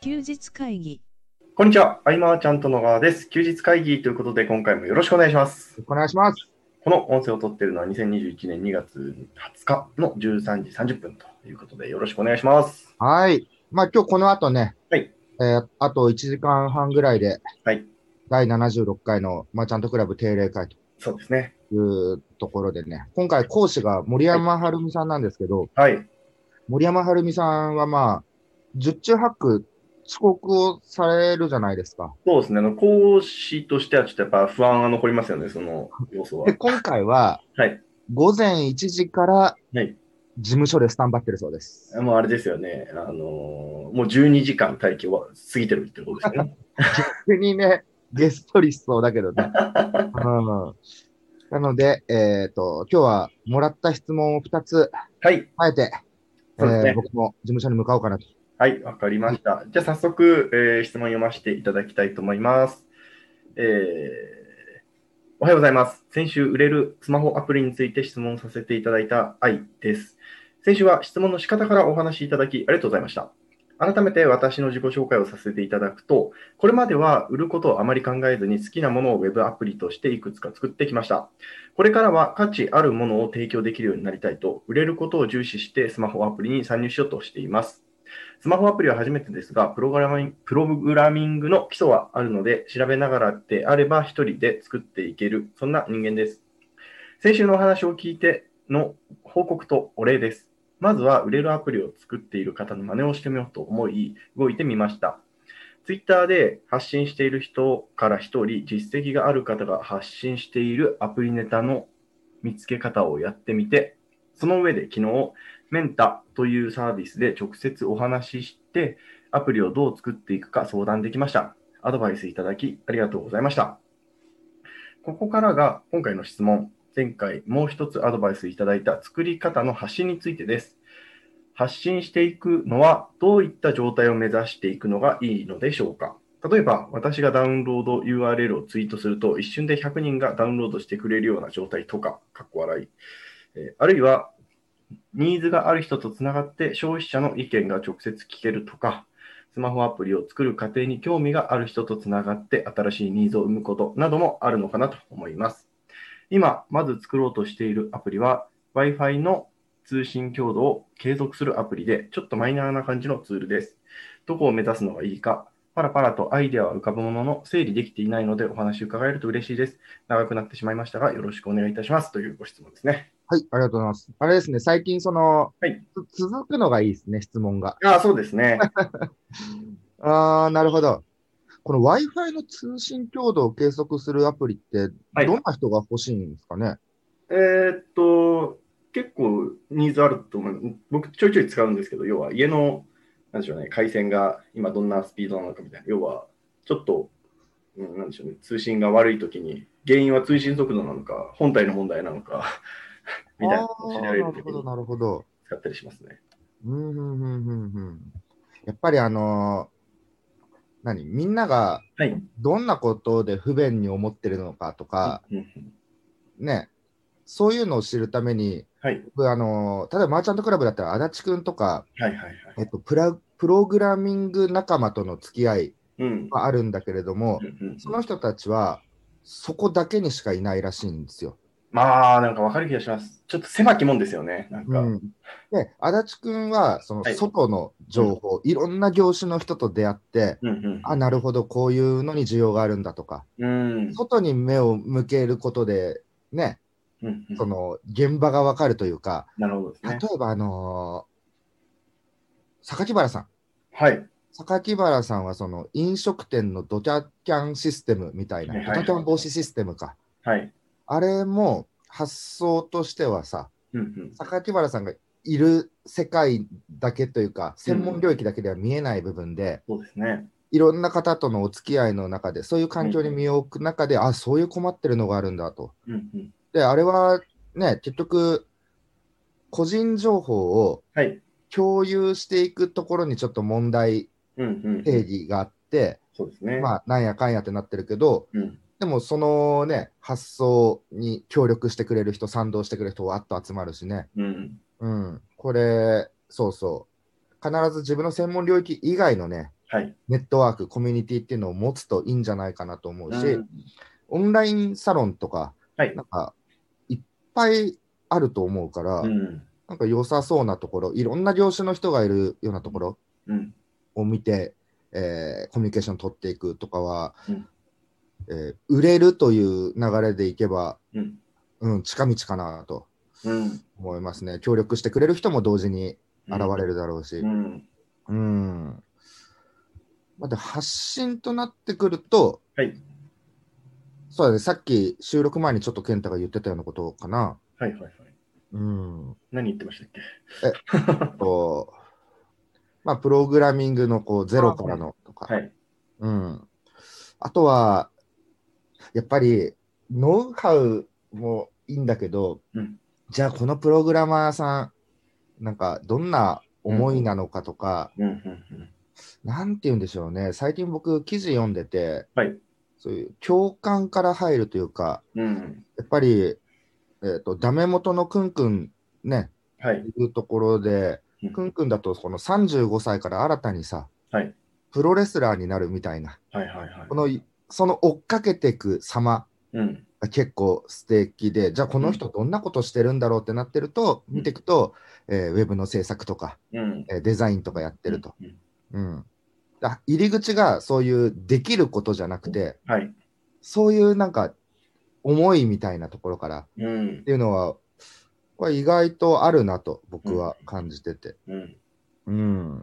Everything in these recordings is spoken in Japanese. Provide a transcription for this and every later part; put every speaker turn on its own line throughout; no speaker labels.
休日会議
こんにちは。アイマーちゃんと野川です。休日会議ということで、今回もよろしくお願いします。
お願いします。
この音声を撮っているのは2021年2月20日の13時30分ということで、よろしくお願いします。
はい。まあ今日この後ね、
はい
えーあと1時間半ぐらいで、
はい
第76回のマーチャントクラブ定例会と
そうですね。
いうところでね、今回講師が森山晴美さんなんですけど、
はい。
森山晴美さんはまあ、十中八九遅刻をされるじゃないですか。
そうですね。あの講師としては、ちょっとやっぱ不安が残りますよね、その要素は
で、。 今回は、
はい
午前1時から
はい。
事務所でスタンバってるそうです。
もうあれですよね。あのーもう12時間待機は過ぎてるってことですよね。
逆 にね、ゲストリストだけどね。うんなので、えっ、と、今日はもらった質問を2つ
はい。
あえて、え
そうですね
ー僕も事務所に向かおうかなと。
はい、わかりました。じゃあ早速、えー質問読ませていただきたいと思います。えーおはようございます。先週売れるスマホアプリについて質問させていただいた愛です。先週は質問の仕方からお話しいただきありがとうございました。改めて私の自己紹介をさせていただくと、これまでは売ることをあまり考えずに好きなものをウェブアプリとしていくつか作ってきました。これからは価値あるものを提供できるようになりたいと、売れることを重視してスマホアプリに参入しようとしています。スマホアプリは初めてですが、プログラミングプログラミングの基礎はあるので、調べながらであれば一人で作っていける、そんな人間です。先週のお話を聞いての報告とお礼です。まずは売れるアプリを作っている方の真似をしてみようと思い、動いてみました。Twitter で発信している人から一人、実績がある方が発信しているアプリネタの見つけ方をやってみて、その上で昨日、メンタというサービスで直接お話しして、アプリをどう作っていくか相談できました。アドバイスいただきありがとうございました。ここからが今回の質問。前回もう一つアドバイスいただいた作り方の発信についてです。発信していくのはどういった状態を目指していくのがいいのでしょうか例えば私がダウンロード URL をツイートすると一瞬で100人がダウンロードしてくれるような状態とか、かっこ笑い。えーあるいはニーズがある人とつながって消費者の意見が直接聞けるとか、スマホアプリを作る過程に興味がある人とつながって新しいニーズを生むことなどもあるのかなと思います。今、まず作ろうとしているアプリは Wi-Fi の通信強度を継続するアプリで、ちょっとマイナーな感じのツールです。どこを目指すのがいいか、パラパラとアイデアは浮かぶものの整理できていないのでお話伺えると嬉しいです。長くなってしまいましたが、よろしくお願いいたしますというご質問ですね。
はい、ありがとうございます。あれですね、最近その、
はい
つ続くのがいいですね、質問が。
ああ、そうですね。
あー、なるほど。この Wi-Fi の通信強度を計測するアプリって、
はい
どんな人が欲しいんですかね、
えーっと、結構ニーズあると思う。僕、ちょいちょい使うんですけど、要は家の、なんでしょうね、回線が今どんなスピードなのかみたいな。要は、ちょっと、うん、なんでしょうね、通信が悪いときに、原因は通信速度なのか、本体の問題なのか、 みたいな
あ
のを
ー
調
な
べる
る
とき
ほど、
に
なるほど。
使ったりしますね。
うんうんうんうんうんやっぱりあのー何みんなが
はい。
どんなことで不便に思ってるのかとか、
うんうん
ね、そういうのを知るために、
はい。
僕あのー例えばマーチャントクラブだったら足立くんとか、
はいはいはい。
えっと、プラプログラミング仲間との付き合い
うん。
はあるんだけれども
う、んうん
その人たちはそこだけにしかいないらしいんですよ。
まあ、なんかわかる気がします。ちょっと狭きもんですよね。なんか。
うん、で足立くんはその
はい
外の情報、いろんな業種の人と出会って、
うんうん
あなるほどこういうのに需要があるんだとか
うん。
外に目を向けることでね
うんうん
その現場がわかるというか
なるほどです
例
ね。
えばあのー榊原さん
はい。
榊原さんはその飲食店のドキャキャンシステムみたいな
はい
ドキ
はい
ャキャン防止システムか
はい。
あれも発想としてはさ
うんうん
榊原さんがいる世界だけというか専門領域だけでは見えない部分で、
そうですね。
いろんな方とのお付き合いの中で、そういう環境に身を置く中で、あ、そういう困ってるのがあるんだと。
うんうん。
で、あれはね、結局、個人情報を
はい。
共有していくところにちょっと問題
うんうん。
定義があって、
そうですね。
まあ、なんやかんやってなってるけど、
うん。
でもそのね、発想に協力してくれる人、賛同してくれる人、わっと集まるしね。
うん。
うん。これ、そうそう。必ず自分の専門領域以外のね、
はい。
ネットワーク、コミュニティっていうのを持つといいんじゃないかなと思うし、
うん
オンラインサロンとか、
はい
なんかいっぱいあると思うから、
うん。
なんか良さそうなところ、いろんな業種の人がいるようなところ
うん。
を見て、えーコミュニケーション取っていくとかは、
うん
えー売れるという流れでいけば、
うん。
うん、近道かなと
うん。
思いますね。協力してくれる人も同時に現れるだろうし。
うん。
うん。まあ、で発信となってくると、
はい
そうだね、さっき収録前にちょっと健太が言ってたようなことかな。
はいはいはい。
うん。
何言ってましたっけ
こう、まあ、プログラミングのこうゼロからのとか、
はい。
うん。あとは、やっぱり、ノウハウもいいんだけど、
うん
じゃあこのプログラマーさん、なんかどんな思いなのかとか、
うんうん
なんて言うんでしょうね、最近僕、記事読んでて、
はい
そういう共感から入るというか、
うん。うん。
やっぱり、えー、とダメ元のくんくんね、
はい。
いうところで
うん、
くんくんだとこの35歳から新たにさ、
はい
プロレスラーになるみたいな、
はいはいはい
こ。のその追っかけていく様
うん。
が結構素敵で、じゃあこの人どんなことしてるんだろうってなってると、
うん
見ていくと、えーウェブの制作とか、
うん。
えーデザインとかやってると。
うん。
うん、だ入り口がそういうできることじゃなくて、
はい。
そういうなんか思いみたいなところからっ
うん。
ていうのは、これ意外とあるなと僕は感じてて、
うん。
うん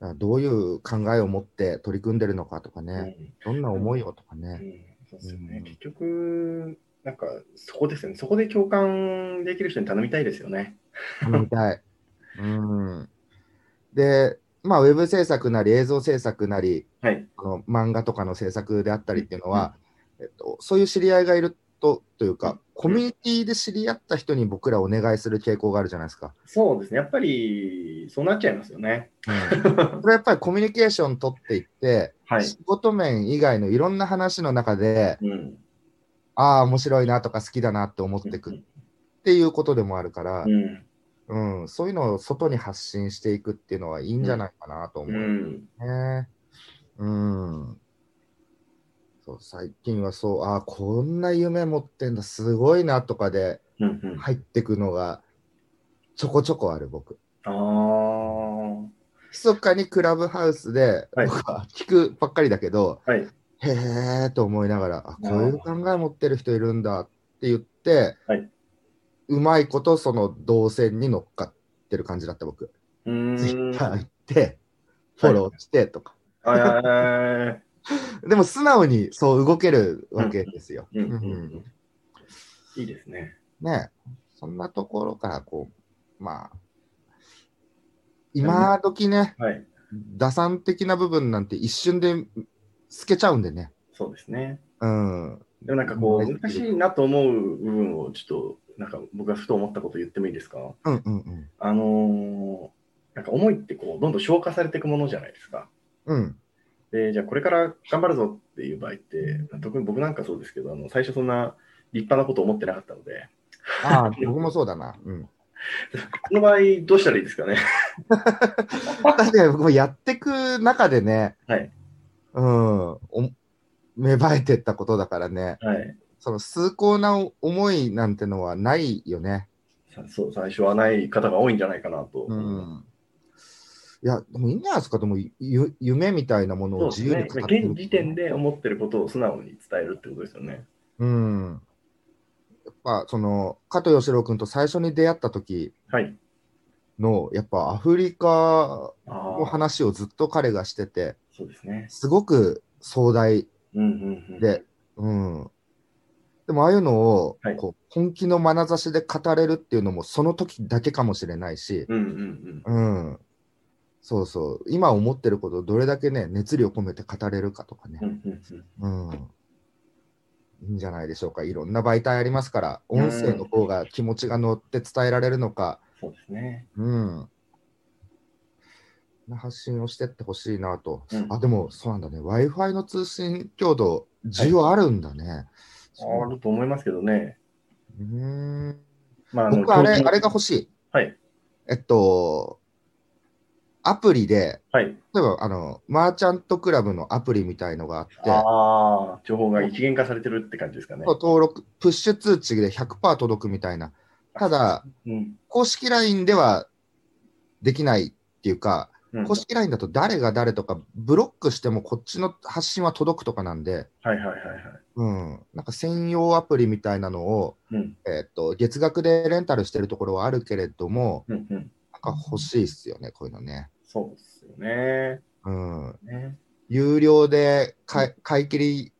だからどういう考えを持って取り組んでるのかとか
う
ね、
ん。
どんな思いをとか
う
ね。
んそうですよ
う
ね
ん。
結局、なんか、そこですよね。そこで共感できる人に頼みたいですよね。
頼みたい。うん、で、まあ、ウェブ制作なり映像制作なり、
はい。
あの漫画とかの制作であったりっていうのは、えっと、そういう知り合いがいるとという
うん
か、コミュニティで知り合った人に僕らお願いする傾向があるじゃないですか。
そうですね。やっぱり、そうなっちゃいますよね。
それはやっぱりコミュニケーション取っていって、
はい。
仕事面以外のいろんな話の中で、
うん。
ああ、面白いなとか好きだなって思ってくっていうことでもあるから、
うん。
うんそういうのを外に発信していくっていうのはいいんじゃないかなと思う
う
ね。
ん。
ね。うん。そう、最近はそう、ああ、こんな夢持ってんだ、すごいなとかで
うん。うん。
入ってくのがちょこちょこある、僕。
ああ。
密かにクラブハウスで、
はい
僕は聞くばっかりだけど、
はい
へえと思いながら、あこういう考え持ってる人いるんだって言って、
はいう
まいことその動線に乗っかってる感じだった、僕。
う
ツイッタ
ー
ー行
ん。
って、フォローしてとか。
はい。
でも素直にそう動けるわけですよ。
うんうん
うん
いいですね。
ねえそんなところからこう、まあ、今時ね、
はい。
打算的な部分なんて一瞬で透けちゃうんでね。
そうですね。
うん。
でもなんかこう、
うん
難しいなと思う部分をちょっと、なんか僕がふと思ったこと言ってもいいですか
うんうんうん。
あのーなんか思いってこう、どんどん消化されていくものじゃないですか。
うん。
で、じゃあこれから頑張るぞっていう場合って、特に僕なんかそうですけど、あの最初そんな立派なこと思ってなかったので、
ああ、僕もそうだな。うん。
この場合どうしたらいいですかね。
確かに僕もやってく中でね、
はい。
うん。お芽生えてったことだからね、
はい。
その崇高な思いなんてのはないよね。
さそう、最初はない方が多いんじゃないかなと。
うんいや、でもいいんじゃないですか、でもゆ夢みたいなもの
そ
を
うです
自由
ね
に語。ってる
現時点で思ってることを素直に伝えるってことですよね。
うん。やっぱ、その、加藤義郎君と最初に出会った時
はい。
の、やっぱアフリカ
あ
の
あ、
話をずっと彼がしてて、
そうですね。
すごく壮大
うんうんうん。
で、うん。でも、ああいうのを、
はい
こう本気の眼差しで語れるっていうのも、その時だけかもしれないし、
うんうん
うん。そうそう。今思ってることをどれだけね、熱量込めて語れるかとかね
うん。う。んうんうん。
うん。いいんじゃないでしょうか。いろんな媒体ありますから、音声の方が気持ちが乗って伝えられるのか、
そうですね。
うん。発信をしてってほしいなと。
うん
あ、でも、そうなんだね。Wi-Fi の通信強度、需要あるんだね。そう
あると思いますけどね。
うーん。
まあ、の
僕、あれ、
共通
あれが欲しい。
はい。
えっと、アプリで、
はい。
例えば、あの、マーチャントクラブのアプリみたいのがあって、
ああ、情報が一元化されてるって感じですかね。
登録、プッシュ通知で100%届くみたいな。ただ、
うん。
公式 LINE ではできないっていうか、
うん、
公式 LINE だと誰が誰とかブロックしてもこっちの発信は届くとかなんで、
はいはいはいはい。
うん、なんか専用アプリみたいなのを、
うん。
えっと月額でレンタルしてるところはあるけれども、
うんうん。
なんか欲しいっすよね、こういうのね。
そうですよね。
うん、
ね
有料で買い買い切り、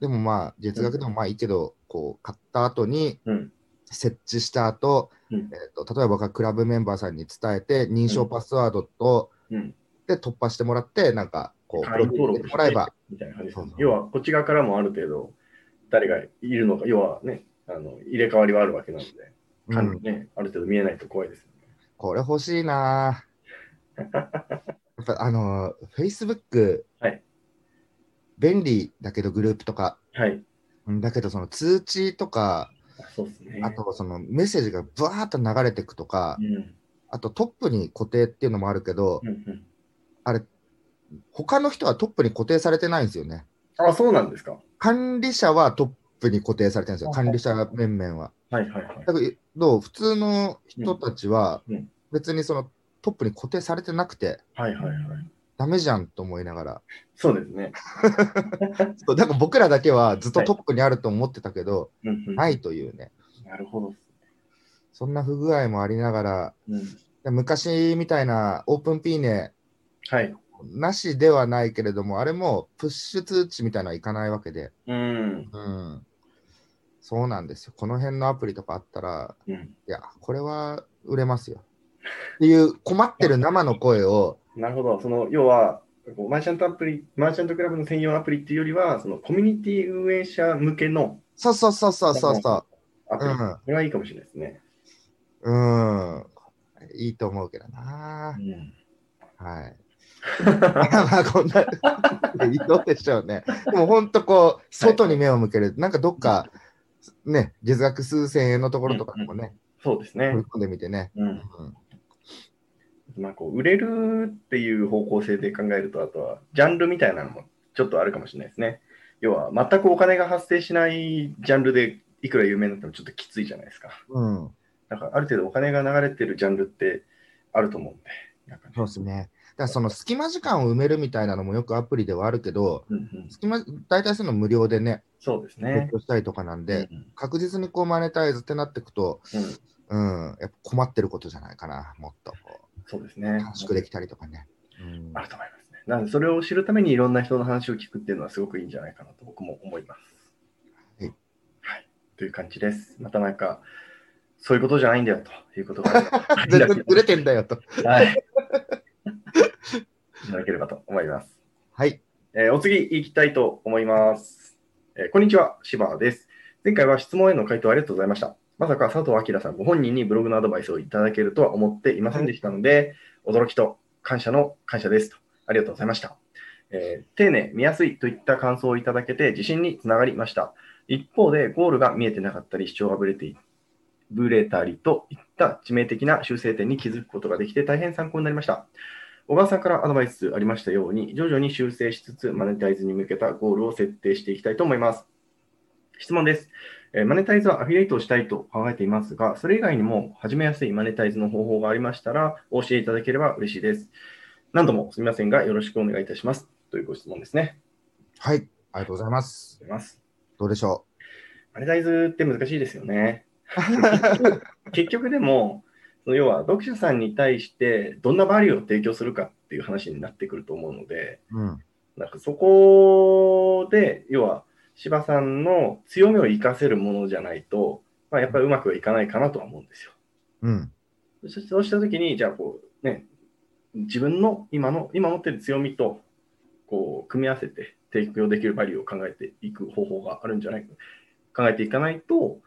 でもまあ月額でもまあいいけど、こう買った後に
うん。
設置した後、
うん
えっと例えば僕がクラブメンバーさんに伝えて認証パスワードと、
うん。
で突破してもらってなんかこう
会員
プロフィールしてもらえば
みたいな感じです
そう
ね
そう。
要は、こっち側からもある程度、誰がいるのか、要はね、あの入れ替わりはあるわけなので、
う
管
ん
理、ね、ある程度見えないと怖いですよね。
これ欲し いなぁやっぱあのー、Facebook、
はい
便利だけどグループとか、
はい。
うんだけどその通知とか、
そうですね。
あとそのメッセージがブワーッと流れてくとか
う、ん。
あとトップに固定っていうのもあるけど
う、んうん。
他の人はトップに固定されてないんですよね。
あ、そうなんですか。
管理者はトップに固定されてるんですよ、
あ
管理者面々は。
はいはいはい。
だけど、普通の人たちは
うんうん
別にそのトップに固定されてなくて、
はいはいはい。
ダメじゃんと思いながら。
そうですね。
そうだから僕らだけはずっと
はい
トップにあると思ってたけど、
うんうん。
ないというね、
なるほどっす
そんな不具合もありながら、
ね。うん。
で昔みたいなオープンピーネ
はい。
なしではないけれども、あれもプッシュ通知みたいなのはいかないわけで、
うん。
うん、そうなんですよ。この辺のアプリとかあったら、
うん。
いや、これは売れますよ。っていう困ってる生の声を、
なるほど。その、要は、こうマーチャントアプリ、マーチャントクラブの専用アプリっていうよりは、そのコミュニティ運営者向けの
そうそうそうそうそうそ
アプリ。
うん
これはいいかもしれないですね。
う、うん、いいと思うけどな。はい。まあこんな、どうでしょうね。でも本当こう、外に目を向ける、なんかどっか、ね、月額数千円のところとかもね、
そうですね
振り。込んでみてね。
うん。
うん
まあ、こう、売れるっていう方向性で考えると、あとは、ジャンルみたいなのもちょっとあるかもしれないですね。要は、全くお金が発生しないジャンルで、いくら有名になってもちょっときついじゃないですか。
うん、
なんか、ある程度お金が流れてるジャンルってあると思うんで。なんかね
そうですね。だからその隙間時間を埋めるみたいなのもよくアプリではあるけど、
うんうん、
隙間、大体そういうの無料でね、
そうです
提
ね。
供したりとかなんで、
うん
確実にこうマネタイズってなってくと、
うん、
うん、やっぱ困ってることじゃないかな、もっとこ
そうです
う
ね。
短縮できたりとかね。うん
あると思いますね。なので、それを知るためにいろんな人の話を聞くっていうのはすごくいいんじゃないかなと僕も思います。
はい。、
はい。という感じです。またなんか、そういうことじゃないんだよということが
全然ずれてんだよと。
はい。いただければと思います。
はい。
えーお次行きたいと思います。えーこんにちは、柴です。前回は質問への回答ありがとうございました。まさか佐藤明さんご本人にブログのアドバイスをいただけるとは思っていませんでしたので、驚きと感謝の感謝ですと。ありがとうございました。えー丁寧、見やすいといった感想をいただけて自信につながりました。一方で、ゴールが見えてなかったり、主張がぶれていぶれたりといった致命的な修正点に気づくことができて大変参考になりました。小川さんからアドバイスありましたように、徐々に修正しつつ、マネタイズに向けたゴールを設定していきたいと思います。質問です。えーマネタイズはアフィリエイトをしたいと考えていますが、それ以外にも始めやすいマネタイズの方法がありましたら、お教えいただければ嬉しいです。何度もすみませんが、よろしくお願いいたします。というご質問ですね。
はい。ありがとうございます。
ありがとうございます。
どうでしょ
マネタイズって難しいですよね。 結局でも、その要は読者さんに対してどんなバリューを提供するかっていう話になってくると思うので、
う。うん。
なんかそこで、要は柴さんの強みを生かせるものじゃないと、まあ、やっぱりうまくはいかないかなとは思うんですよ。
うん。
そそうしたときに、じゃあこう、ね、自分の今の、今持ってる強みと、こう、組み合わせて提供できるバリューを考えていく方法があるんじゃないか、考えていかないと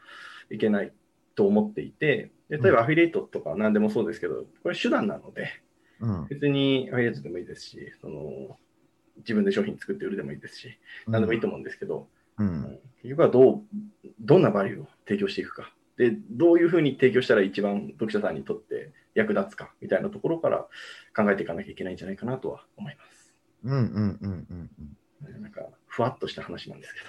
いけないと思っていて、で例えばアフィリエイトとか何でもそうですけど、これ手段なので、
うん。
別にアフィリエイトでもいいですし、その、自分で商品作って売るでもいいですし、何でもいいと思うんですけど、
うん。
結局はどう、どんなバリューを提供していくかっで、どういうふうに提供したら一番読者さんにとって役立つかみたいなところから考えていかなきゃいけないんじゃないかなとは思います。
うんうんうんうんうん。
なんか、ふわっとした話なんですけ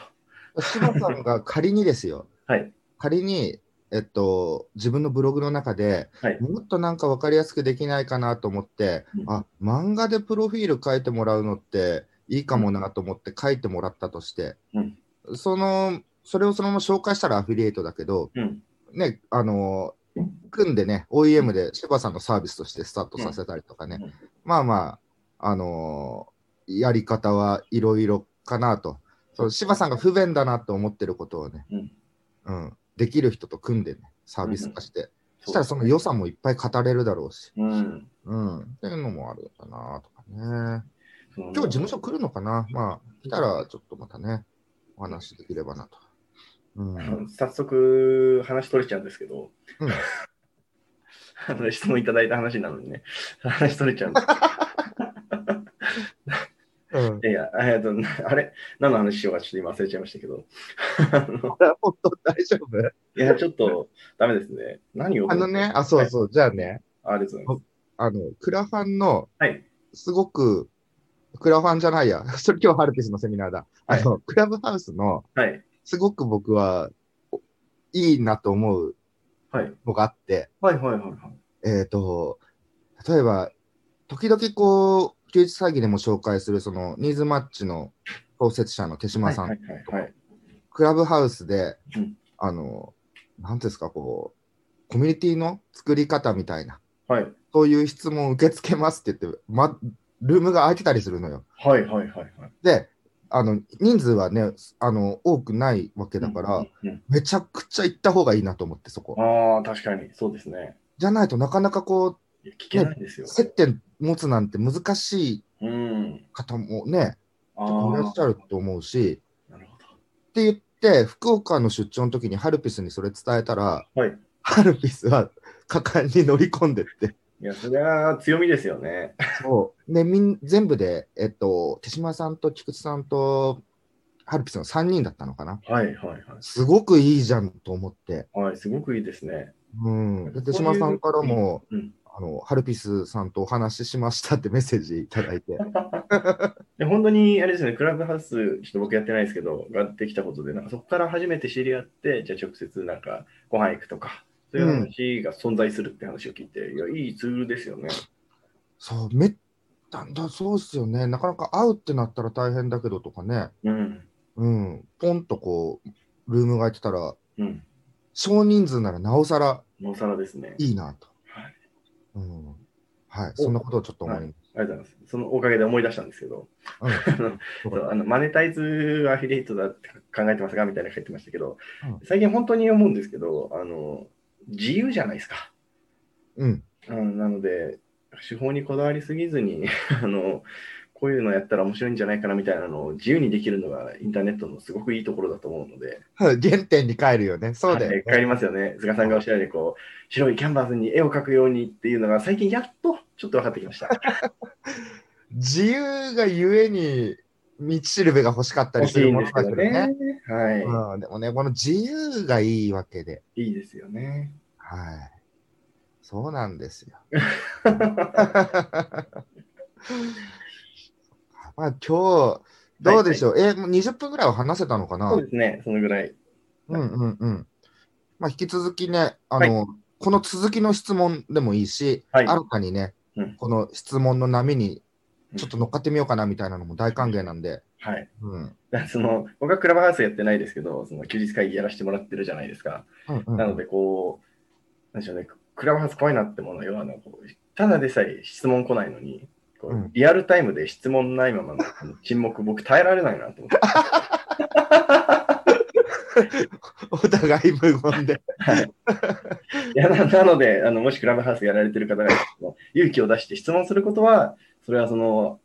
ど。
柴さんが仮にですよ、
はい。
仮に、えっと、自分のブログの中で、
はい
もっとなんか分かりやすくできないかなと思って、
うん
あ漫画でプロフィール書いてもらうのっていいかもなと思って書いてもらったとして、
うん
そのそれをそのまま紹介したらアフィリエイトだけど、
うん。
ね、あの
うん
組んでね、OEM で柴さんのサービスとしてスタートさせたりとかね、
うん
まあまあ、あのやり方はいろいろかなと、そう柴さんが不便だなと思ってることをね、
うん。
うん、できる人と組んでね、サービス化して、そしたらそうの良さもいっぱい語れるだろうし、
うん。
うん、っていうのもあるかなとかね。
その
今日事務所来るのかなまあ、来たらちょっとまたね、お話しできればなと。うん、
あの早速話取れちゃうんですけど、
うん
あの質問いただいた話なのにね、話取れちゃうんです
うん、
いやいや、あえっとなあれ何の話しようかちょっと今忘れちゃいましたけど。あの
本当大丈夫
いや、ちょっとダメですね。何を
あのね、あ、そうそう、じゃあね、
ありがとうございます。
あの、クラファンの、
はい。
すごく、クラファンじゃないや、 それ今日ハルティスのセミナーだ。あの、クラブハウスの、
はい。
すごく僕は、おいいなと思う
はい。
のがあって、
はいはいはいはい。
えっ、と、例えば、時々こう、休日会議でも紹介する、その、ニーズマッチの創設者の手島さん、
はいはいはいはい。
クラブハウスで、
うん
あの、なんていうんですか、こう、コミュニティの作り方みたいな、
はい
そういう質問を受け付けますって言って、ま、ルームが空いてたりするのよ。
はいはいはいはい。
で、あの、人数はね、あの、多くないわけだから、
うんうん
めちゃくちゃ行った方がいいなと思って、そこ。
ああ、確かに、そうですね。
じゃないとなかなかこ
いや聞けないんです
う、
よ。
接点持つなんて難しい
うん。
方もね、
あ
い
あ、
らっしゃると思うし、
なるほど。
って言って、福岡の出張の時にハルピスにそれ伝えたら、
はい。
ハルピスは果敢に乗り込んでって、
いや、それは強みですよね。
そうでみん全部で、えっと、手島さんと菊池さんとハルピスの3人だったのかな。
はいはいはい。
すごくいいじゃんと思って、
はい、すごくいいですね。
うん、で手島さんからも、
うんうん
あのハルピスさんとお話ししましたってメッセージいただいて、
で本当に、あれですね、クラブハウス、ちょっと僕やってないですけど、ができたことで、なんかそこから初めて知り合って、じゃあ直接なんかご飯行くとか、そういう話が存在するって話を聞いて、いや、いいツールですよね。
そう、めったんだ、そうですよね、なかなか会うってなったら大変だけどとかね、
うん。
うん、ポンとこう、ルームが空いてたら、
うん。
少人数ならなおさら
なおさらですね。
いいなと。
はい
うん、はい、そんなことをちょっと思い
ありがとうございます。そのおかげで思い出したんですけど、
ます。
そうあのマネタイズアフィリエイトだって考えてますが、みたいな書いてましたけど、
う
最近本当に思うんですけど、あの、自由じゃないですか。
うん、うん、
うん、なので、手法にこだわりすぎずに あの、こういうのやったら面白いんじゃないかなみたいなのを自由にできるのがインターネットのすごくいいところだと思うので、
はい原点に帰るよね。そうだよ
は
ね
い、帰りますよね。菅さんがおっしゃるようにこう、白いキャンバスに絵を描くようにっていうのが最近やっとちょっと分かってきました。
自由がゆえに、道しるべが欲しかったり
欲
す
しい
る
ん
も
で
の
すけ
だけ
ど
ど
ね。
ね。
は
うん、でもね、この自由がいいわけで、
い。いいですよね。
はい。そうなんです よ。まあ今日、どうでしょう、え、もう20分ぐらいは話せたのかな
そうですね、そのぐらい。
うんうんうん。まあ、引き続きね、あの、この続きの質問でもいいし、
はい
新たにね、
うん
この質問の波に
うん
ちょっと乗っかってみようかなみたいなのも大歓迎なんで、
はい。
うん。うん
だからその僕はクラブハウスやってないですけど、その休日会議やらせてもらってるじゃないですか。
うんうん
なので、こう、なんでしょうね、クラブハウス怖いなってものは、要はあのこうただでさえ質問来ないのに、こ
うん
うリアルタイムで質問ないままのこの沈黙、僕耐えられないなと思 って。
お互い無 言で。
いやななのであの、もしクラブハウスやられてる方がその勇気を出して質問することは、それはその、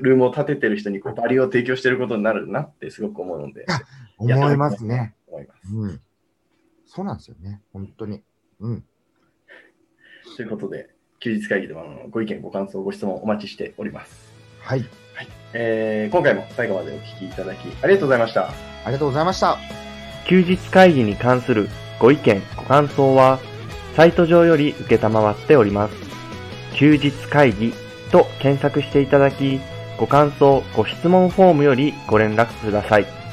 ルームを立ててる人にこうバリューを提供してることになるなってすごく思うので、や
思いますね。
思います。
うん。そうなんですよね、本当に。うん。
ということで、休日会議でもあのご意見、ご感想、ご質問お待ちしております。
はい。
えー今回も最後までお聞きいただきありがとうございました。
ありがとうございました。
休日会議に関するご意見、ご感想は、サイト上より受けたまわっております。休日会議と検索していただき、ご感想、ご質問フォームよりご連絡ください。